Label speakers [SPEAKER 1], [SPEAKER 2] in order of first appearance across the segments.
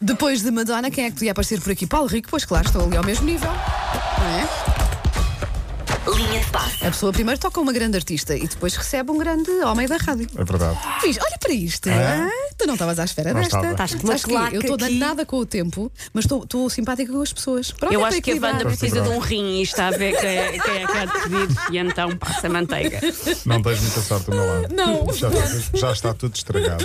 [SPEAKER 1] Depois de Madonna, quem é que podia aparecer por aqui? Paulo Rico, pois claro, estão ali ao mesmo nível. Não
[SPEAKER 2] Linha de passe.
[SPEAKER 1] é? A pessoa primeiro toca uma grande artista e depois recebe um grande homem da rádio.
[SPEAKER 3] É verdade.
[SPEAKER 1] Fiz, olha para isto.
[SPEAKER 3] É?
[SPEAKER 1] Ah, tu não estavas à espera
[SPEAKER 3] Não
[SPEAKER 1] desta.
[SPEAKER 3] estava. Estás
[SPEAKER 2] com uma
[SPEAKER 1] Sabes quê?
[SPEAKER 2] claque
[SPEAKER 1] Eu estou
[SPEAKER 2] aqui.
[SPEAKER 1] danada com o tempo, mas estou- estou simpática com as pessoas. Pronto, é
[SPEAKER 4] Eu
[SPEAKER 1] para
[SPEAKER 4] acho que a
[SPEAKER 1] equilibrar.
[SPEAKER 4] banda precisa de um rim e está a ver quem é quem é que há de pedir e então passa a manteiga.
[SPEAKER 3] Não tens muita sorte do meu lado.
[SPEAKER 1] Não.
[SPEAKER 3] Já, já está tudo estragado.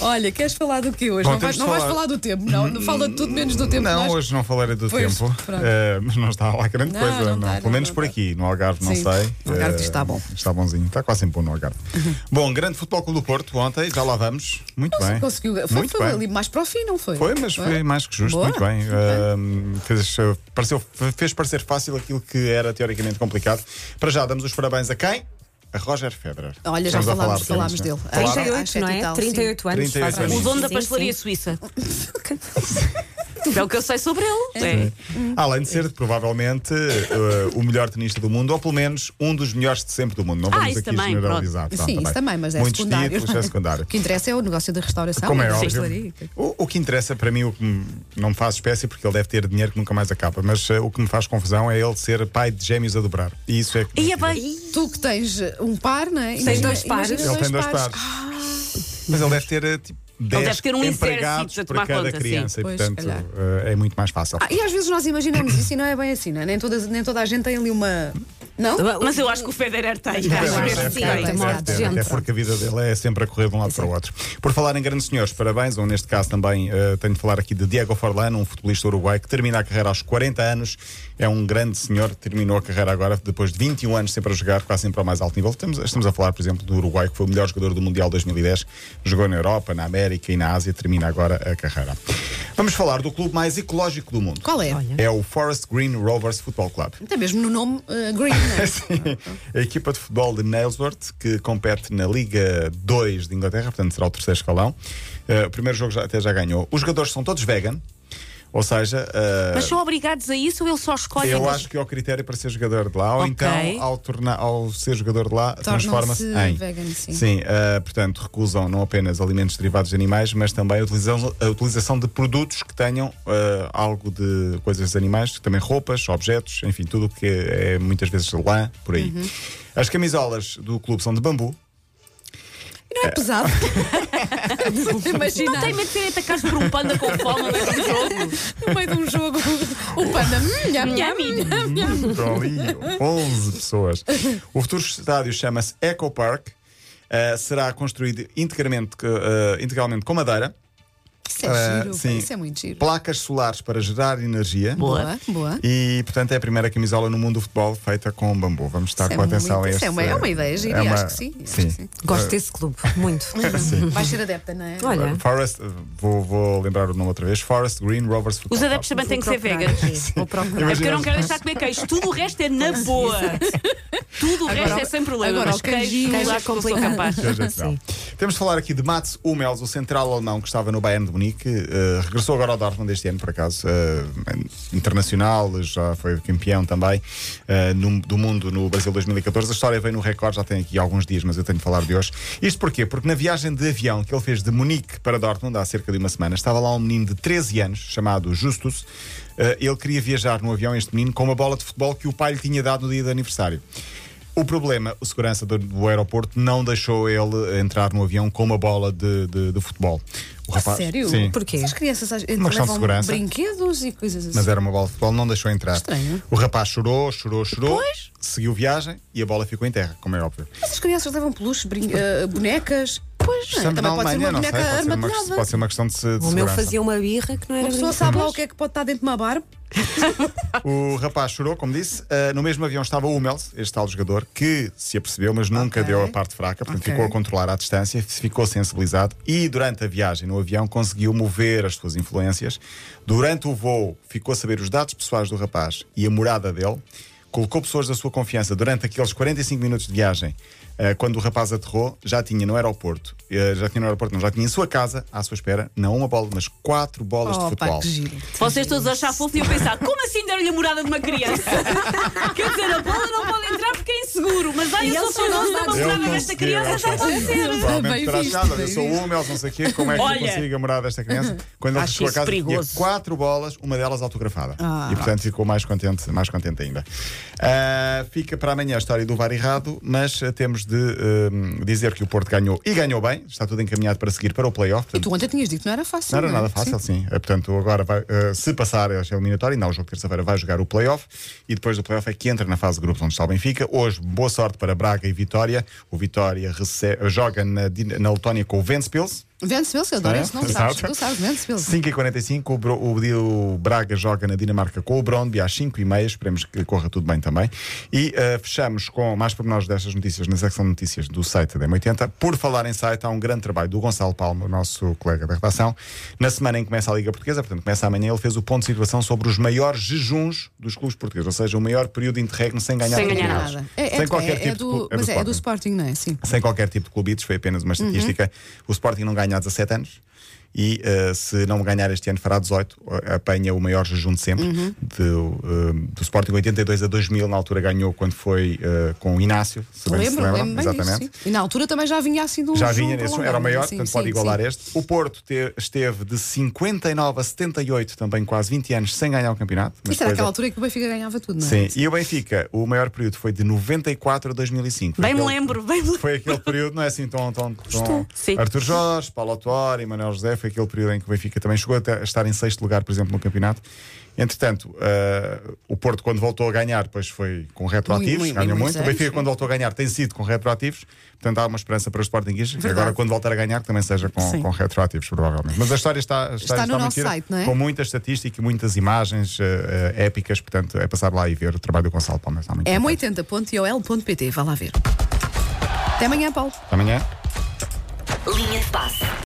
[SPEAKER 1] Olha, queres falar do que hoje?
[SPEAKER 3] Bom,
[SPEAKER 1] não vais,
[SPEAKER 3] temos
[SPEAKER 1] não
[SPEAKER 3] de
[SPEAKER 1] vais
[SPEAKER 3] falar- Hum,
[SPEAKER 1] falar do tempo, não. Não Fala de tudo menos do tempo.
[SPEAKER 3] Não,
[SPEAKER 1] Nós-
[SPEAKER 3] hoje não falarei do
[SPEAKER 1] Pois,
[SPEAKER 3] tempo,
[SPEAKER 1] pronto.
[SPEAKER 3] eh, mas não está lá grande
[SPEAKER 1] Não,
[SPEAKER 3] coisa,
[SPEAKER 1] não está,
[SPEAKER 3] Pelo
[SPEAKER 1] não,
[SPEAKER 3] menos
[SPEAKER 1] não
[SPEAKER 3] por
[SPEAKER 1] está.
[SPEAKER 3] aqui, no Algarve, não
[SPEAKER 1] Sim.
[SPEAKER 3] sei.
[SPEAKER 1] No Algarve
[SPEAKER 3] Eh,
[SPEAKER 1] está bom. Uhum.
[SPEAKER 3] Está bonzinho, está quase sempre bom no Algarve. bom, grande Futebol Clube do Porto ontem, já lá vamos. Muito bem.
[SPEAKER 1] Conseguiu. Foi,
[SPEAKER 3] Muito
[SPEAKER 1] foi
[SPEAKER 3] bem.
[SPEAKER 1] ali mais para o fim, não foi?
[SPEAKER 3] Foi, mas foi mais que justo,
[SPEAKER 1] Boa.
[SPEAKER 3] muito bem. Ahm, fez, eh, pareceu, fez parecer fácil aquilo que era teoricamente complicado. Para já, damos os parabéns a quem? A Roger Federer.
[SPEAKER 1] Olha, já
[SPEAKER 3] Estamos a
[SPEAKER 1] falámos,
[SPEAKER 3] falar
[SPEAKER 1] falámos dele.
[SPEAKER 3] né?
[SPEAKER 1] Às- às
[SPEAKER 2] 38,
[SPEAKER 1] sete
[SPEAKER 2] não
[SPEAKER 1] e
[SPEAKER 2] é?
[SPEAKER 1] tal, sim.
[SPEAKER 2] 38 anos.
[SPEAKER 3] 38
[SPEAKER 2] faz
[SPEAKER 3] anos.
[SPEAKER 2] anos.
[SPEAKER 4] O dono da
[SPEAKER 2] Sim,
[SPEAKER 4] pastelaria
[SPEAKER 2] sim.
[SPEAKER 4] suíça. É o que eu sei sobre ele. É.
[SPEAKER 3] Além de ser, provavelmente, eh, o melhor tenista do mundo, ou pelo menos um dos melhores de sempre do mundo. Não
[SPEAKER 4] Ah,
[SPEAKER 3] vamos
[SPEAKER 4] isso
[SPEAKER 3] aqui
[SPEAKER 4] também,
[SPEAKER 3] generalizar. Pronto,
[SPEAKER 1] Sim,
[SPEAKER 3] tá
[SPEAKER 1] isso
[SPEAKER 3] bem.
[SPEAKER 1] também, mas é
[SPEAKER 3] Muitos
[SPEAKER 1] secundário.
[SPEAKER 3] títulos, é secundário.
[SPEAKER 1] O que interessa é o negócio da restauração.
[SPEAKER 3] Como é
[SPEAKER 1] da
[SPEAKER 3] óbvio.
[SPEAKER 1] pastelaria.
[SPEAKER 3] O, o que interessa para mim, o que me- não me faz espécie, porque ele deve ter dinheiro que nunca mais acaba, mas eh, o que me faz confusão é ele ser pai de gêmeos a dobrar. E isso é. que-
[SPEAKER 4] E é bem.
[SPEAKER 1] Tu que tens um par, não é?
[SPEAKER 2] Tem dois
[SPEAKER 1] Imagina-
[SPEAKER 2] pares.
[SPEAKER 1] imagina
[SPEAKER 3] Ele tem dois pares. Mas ele deve ter eh, tipo 10
[SPEAKER 4] Ah. deve ter um
[SPEAKER 3] empregados
[SPEAKER 4] exército a
[SPEAKER 3] para
[SPEAKER 4] tomar
[SPEAKER 3] cada
[SPEAKER 4] conta,
[SPEAKER 3] criança e,
[SPEAKER 1] Pois,
[SPEAKER 3] portanto,
[SPEAKER 1] calhar.
[SPEAKER 3] eh, é muito mais fácil.
[SPEAKER 1] Ah, e às vezes nós imaginamos isso e não é bem assim, não é? Nem, todas, nem toda a gente tem ali uma. Não?
[SPEAKER 4] Mas eu acho que o Federer tem.
[SPEAKER 3] Deve
[SPEAKER 4] Acho
[SPEAKER 3] ter,
[SPEAKER 4] mesmo que
[SPEAKER 3] deve ter,
[SPEAKER 4] tem.
[SPEAKER 2] tem.
[SPEAKER 3] deve
[SPEAKER 2] Morte de
[SPEAKER 3] ter,
[SPEAKER 2] gente.
[SPEAKER 3] Até é porque a vida dele é sempre a correr de um lado para o outro. Por falar em grandes senhores, parabéns, ou neste caso também eh, tenho de falar aqui de Diego Forlán, um futebolista uruguai que termina a carreira aos 40 anos. É um grande senhor, terminou a carreira agora depois de 21 anos sempre a jogar, quase sempre ao mais alto nível. Estamos, estamos a falar, por exemplo, do Uruguai, que foi o melhor jogador do Mundial 2010, jogou na Europa, na América e na Ásia, termina agora a carreira. Vamos falar do clube mais ecológico do mundo.
[SPEAKER 1] Qual é?
[SPEAKER 3] É o Forest Green Rovers Football Club.
[SPEAKER 1] Até mesmo no nome eh, Green, não é?
[SPEAKER 3] Sim. A equipa de futebol de Nailsworth, que compete na Liga 2 de Inglaterra, portanto será o terceiro escalão. Eh, o primeiro jogo já- até já ganhou. Os jogadores são todos vegan, ou seja, eh,
[SPEAKER 4] Mas são obrigados a isso ou ele só escolhe? um.
[SPEAKER 3] eu acho que é o critério para ser jogador de lá, ou
[SPEAKER 4] Ok.
[SPEAKER 3] então ao, tornar, ao ser jogador de lá transforma-se em.
[SPEAKER 1] vegan, sim.
[SPEAKER 3] eh, portanto, recusam não apenas alimentos derivados de animais, mas também a utilização, a utilização de produtos que tenham eh, algo de coisas de animais, também roupas, objetos, enfim, tudo o que é muitas vezes lã por aí.
[SPEAKER 1] Uhum.
[SPEAKER 3] As camisolas do clube são de bambu.
[SPEAKER 1] E não é pesado. Imagina.
[SPEAKER 4] Não tem medo de serem atacados por um panda com fome no meio do jogo.
[SPEAKER 1] No meio de um jogo, o panda. hum, nham, nham,
[SPEAKER 4] Nham.
[SPEAKER 1] nham, nham.
[SPEAKER 3] Estão ali 11 Então, pessoas. O futuro estádio chama-se Eco Park. Eh, será construído integramente, eh, integralmente com madeira.
[SPEAKER 1] Isso é
[SPEAKER 3] Ah,
[SPEAKER 1] giro,
[SPEAKER 3] sim.
[SPEAKER 1] isso é muito giro.
[SPEAKER 3] placas solares para gerar energia.
[SPEAKER 1] Boa, boa.
[SPEAKER 3] E, portanto, é a primeira camisola no mundo do futebol feita com bambu. Vamos estar
[SPEAKER 1] Isso é
[SPEAKER 3] tá com atenção
[SPEAKER 1] muito-
[SPEAKER 3] a
[SPEAKER 1] isso
[SPEAKER 3] este.
[SPEAKER 1] é uma- é uma ideia gira,
[SPEAKER 3] é
[SPEAKER 1] acho que sim, acho que sim.
[SPEAKER 2] Gosto desse clube, muito.
[SPEAKER 1] Vais ser adepta, não é?
[SPEAKER 2] Olha,
[SPEAKER 3] Forest, vou, vou lembrar o nome outra vez: Forest Green Rovers Football.
[SPEAKER 4] Os
[SPEAKER 3] Club.
[SPEAKER 4] adeptos também têm que ser
[SPEAKER 2] procurar
[SPEAKER 4] veganos.
[SPEAKER 2] aqui, Vou procurar.
[SPEAKER 4] É porque eu não quero deixar de comer queijo. Tudo o resto é na boa. Tudo o resto é sem problema.
[SPEAKER 1] agora,
[SPEAKER 4] mas
[SPEAKER 1] o queijinho,
[SPEAKER 4] queijo, queijo
[SPEAKER 2] queijo é
[SPEAKER 4] acho que eu sou
[SPEAKER 2] complicado.
[SPEAKER 4] capaz.
[SPEAKER 3] Que a gente não. Temos de falar aqui de Mats Hummels, o central alemão que estava no Bayern de Munique. eh, regressou agora ao Dortmund este ano, por acaso. eh, internacional, já foi campeão também eh, no- do mundo no Brasil 2014. A história vem no recorde, já tem aqui alguns dias, mas eu tenho de falar de hoje. Isto porquê? Porque na viagem de avião que ele fez de Munique para Dortmund há cerca de uma semana, estava lá um menino de 13 anos, chamado Justus. Eh, ele queria viajar no avião, este menino, com uma bola de futebol que o pai lhe tinha dado no dia de aniversário. O problema, o segurança do, do aeroporto não deixou ele entrar no avião com uma bola de, de- de futebol. O rapaz-
[SPEAKER 1] Sério?
[SPEAKER 3] Sim.
[SPEAKER 2] Porquê?
[SPEAKER 1] Essas crianças às-
[SPEAKER 3] questão de
[SPEAKER 1] levam
[SPEAKER 3] segurança.
[SPEAKER 1] brinquedos e coisas assim.
[SPEAKER 3] Mas era uma bola de futebol, não deixou entrar.
[SPEAKER 1] Estranho.
[SPEAKER 3] O rapaz chorou, chorou, chorou, seguiu viagem e a bola ficou em terra, como é óbvio.
[SPEAKER 1] Essas crianças levam peluches, brin- eh, bonecas. Pois, não é?
[SPEAKER 3] Estamos
[SPEAKER 1] também
[SPEAKER 3] na
[SPEAKER 1] pode ser
[SPEAKER 3] Alemanha,
[SPEAKER 1] uma
[SPEAKER 3] não sei,
[SPEAKER 1] boneca
[SPEAKER 3] pode ser, uma,
[SPEAKER 1] armadilhada.
[SPEAKER 3] pode ser uma questão de, se- de
[SPEAKER 2] O meu
[SPEAKER 3] segurança.
[SPEAKER 2] fazia uma birra que não era
[SPEAKER 1] Uma pessoa
[SPEAKER 2] brinquedo.
[SPEAKER 1] sabe lá o que é que pode estar dentro de uma barba.
[SPEAKER 3] O rapaz chorou, como disse. Ah, no mesmo avião estava o Hummels, este tal jogador, que se apercebeu, mas nunca
[SPEAKER 1] Ok.
[SPEAKER 3] deu a parte fraca, portanto
[SPEAKER 1] Ok.
[SPEAKER 3] ficou a controlar à distância, ficou sensibilizado e durante a viagem no avião conseguiu mover as suas influências. Durante o voo ficou a saber os dados pessoais do rapaz e a morada dele, colocou pessoas da sua confiança durante aqueles 45 minutos de viagem eh, quando o rapaz aterrou, já tinha no aeroporto, eh, já tinha no aeroporto, não, já tinha em sua casa, à sua espera, não uma bola, mas quatro bolas de
[SPEAKER 1] Oh, pá,
[SPEAKER 3] futebol.
[SPEAKER 1] que giro.
[SPEAKER 4] Vocês todos achar fofo e eu pensar, como assim deram-lhe a morada de uma criança? Quer dizer, a bola não pode entrar porque é inseguro, mas ai,
[SPEAKER 2] E
[SPEAKER 4] eu
[SPEAKER 2] eles
[SPEAKER 4] sou famoso, não
[SPEAKER 2] são nada.
[SPEAKER 4] morava desta
[SPEAKER 3] consegui,
[SPEAKER 4] é criança,
[SPEAKER 3] eu
[SPEAKER 4] já pode
[SPEAKER 3] consegui.
[SPEAKER 4] ser.
[SPEAKER 3] Provavelmente
[SPEAKER 1] Bem
[SPEAKER 3] terás
[SPEAKER 1] visto,
[SPEAKER 3] nada,
[SPEAKER 1] bem
[SPEAKER 3] Eu sou
[SPEAKER 1] visto.
[SPEAKER 3] um, eles não sei o quê. Como é que
[SPEAKER 4] Olha.
[SPEAKER 3] eu consigo namorar desta criança? Quando ele
[SPEAKER 5] Acho
[SPEAKER 3] chegou a
[SPEAKER 5] isso
[SPEAKER 3] casa,
[SPEAKER 5] perigoso.
[SPEAKER 3] tinha quatro bolas, uma delas autografada.
[SPEAKER 1] Ah.
[SPEAKER 3] E portanto ficou mais contente, mais contente ainda. Ah, fica para amanhã a história do VAR errado, mas ah, temos de ah, dizer que o Porto ganhou e ganhou bem. Está tudo encaminhado para seguir para o playoff.
[SPEAKER 1] E
[SPEAKER 3] Portanto,
[SPEAKER 1] tu ontem tinhas dito que não era fácil.
[SPEAKER 3] não era
[SPEAKER 1] é?
[SPEAKER 3] nada fácil, sim. Eh, Portanto, agora, vai, eh, se passar esta eliminatória, não, o jogo de terça-feira vai jogar o playoff e depois do playoff é que entra na fase de grupos onde está o Benfica. Hoje, boa sorte para Braga e Vitória. O Vitória rece- joga na, Din- na Letónia com o Ventspils.
[SPEAKER 1] Sim. Vence Pils, eu adoro
[SPEAKER 3] É?
[SPEAKER 1] isso, não
[SPEAKER 3] Exato.
[SPEAKER 1] sabes. Tu sabes, vence Pils.
[SPEAKER 3] 5h45, o, Bro- o, Di- o Braga joga na Dinamarca com o Brondby às 5h30. Esperemos que corra tudo bem também. E eh, fechamos com mais pormenores destas notícias na secção de notícias do site da M80. Por falar em site, há um grande trabalho do Gonçalo Palma, nosso colega da redação. Na semana em que começa a Liga Portuguesa, portanto, começa amanhã, ele fez o ponto de situação sobre os maiores jejuns dos clubes portugueses, ou seja, o maior período de interregno sem ganhar
[SPEAKER 4] Sem
[SPEAKER 3] títulos.
[SPEAKER 4] ganhar
[SPEAKER 1] Nada. É, é,
[SPEAKER 3] Sem
[SPEAKER 1] é- é
[SPEAKER 3] qualquer tipo de
[SPEAKER 1] do,
[SPEAKER 3] clube- é do
[SPEAKER 1] mas é, é do
[SPEAKER 3] Sporting
[SPEAKER 1] Sporting, não é? Sim.
[SPEAKER 3] sem qualquer tipo de clubites, foi apenas
[SPEAKER 1] Uhum.
[SPEAKER 3] uma estatística. O Sporting não ganha há 17 anos e eh, se não ganhar este ano fará 18, eh, apanha o maior jejum de sempre.
[SPEAKER 1] Uhum.
[SPEAKER 3] De, eh, do Sporting 82 a 2000, na altura ganhou quando foi eh, com o Inácio, se bem se
[SPEAKER 1] Lembro,
[SPEAKER 3] lembram.
[SPEAKER 1] lembro bem disso.
[SPEAKER 3] Exatamente.
[SPEAKER 1] sim. E na altura também já vinha assim de um
[SPEAKER 3] Já
[SPEAKER 1] jejum
[SPEAKER 3] vinha nesse, era o
[SPEAKER 1] prolongado,
[SPEAKER 3] maior,
[SPEAKER 1] sim,
[SPEAKER 3] portanto
[SPEAKER 1] sim,
[SPEAKER 3] pode igualar
[SPEAKER 1] sim.
[SPEAKER 3] este. O Porto te- esteve de 59 a 78, também quase 20 anos, sem ganhar o campeonato. mas
[SPEAKER 1] Isso era
[SPEAKER 3] depois
[SPEAKER 1] aquela
[SPEAKER 3] ele-
[SPEAKER 1] altura em que o Benfica ganhava tudo, não é?
[SPEAKER 3] Sim, e o Benfica, o maior período foi de 94 a 2005. Foi
[SPEAKER 4] Bem me
[SPEAKER 3] aquele-
[SPEAKER 4] lembro, bem me lembro.
[SPEAKER 3] foi aquele período, não é assim tão. tão, tão...
[SPEAKER 4] Sim.
[SPEAKER 3] Arthur Jorge, Paulo Autori, Manuel José, foi aquele período em que o Benfica também chegou até a estar em sexto lugar, por exemplo, no campeonato. Entretanto, ah, o Porto, quando voltou a ganhar, depois foi com retroativos,
[SPEAKER 1] Muito, muito,
[SPEAKER 3] ganhou
[SPEAKER 1] muitos
[SPEAKER 3] muito. O
[SPEAKER 1] anos,
[SPEAKER 3] Benfica,
[SPEAKER 1] sim.
[SPEAKER 3] quando voltou a ganhar, tem sido com retroativos. Portanto, há uma esperança para os Sportingistas que agora, quando voltar a ganhar, que também seja com, com retroativos, provavelmente. Mas a história está, a história
[SPEAKER 1] Está no
[SPEAKER 3] muito
[SPEAKER 1] nosso
[SPEAKER 3] gira,
[SPEAKER 1] site, não é?
[SPEAKER 3] Com muita estatística e muitas imagens ah, ah, épicas. Portanto, é passar lá e ver o trabalho do Gonçalo Palmeiras. Está muito
[SPEAKER 1] É
[SPEAKER 3] bom.
[SPEAKER 1] m80.iol.pt, vá lá ver. Até amanhã, Paulo.
[SPEAKER 3] Até amanhã.
[SPEAKER 2] Linha de passe.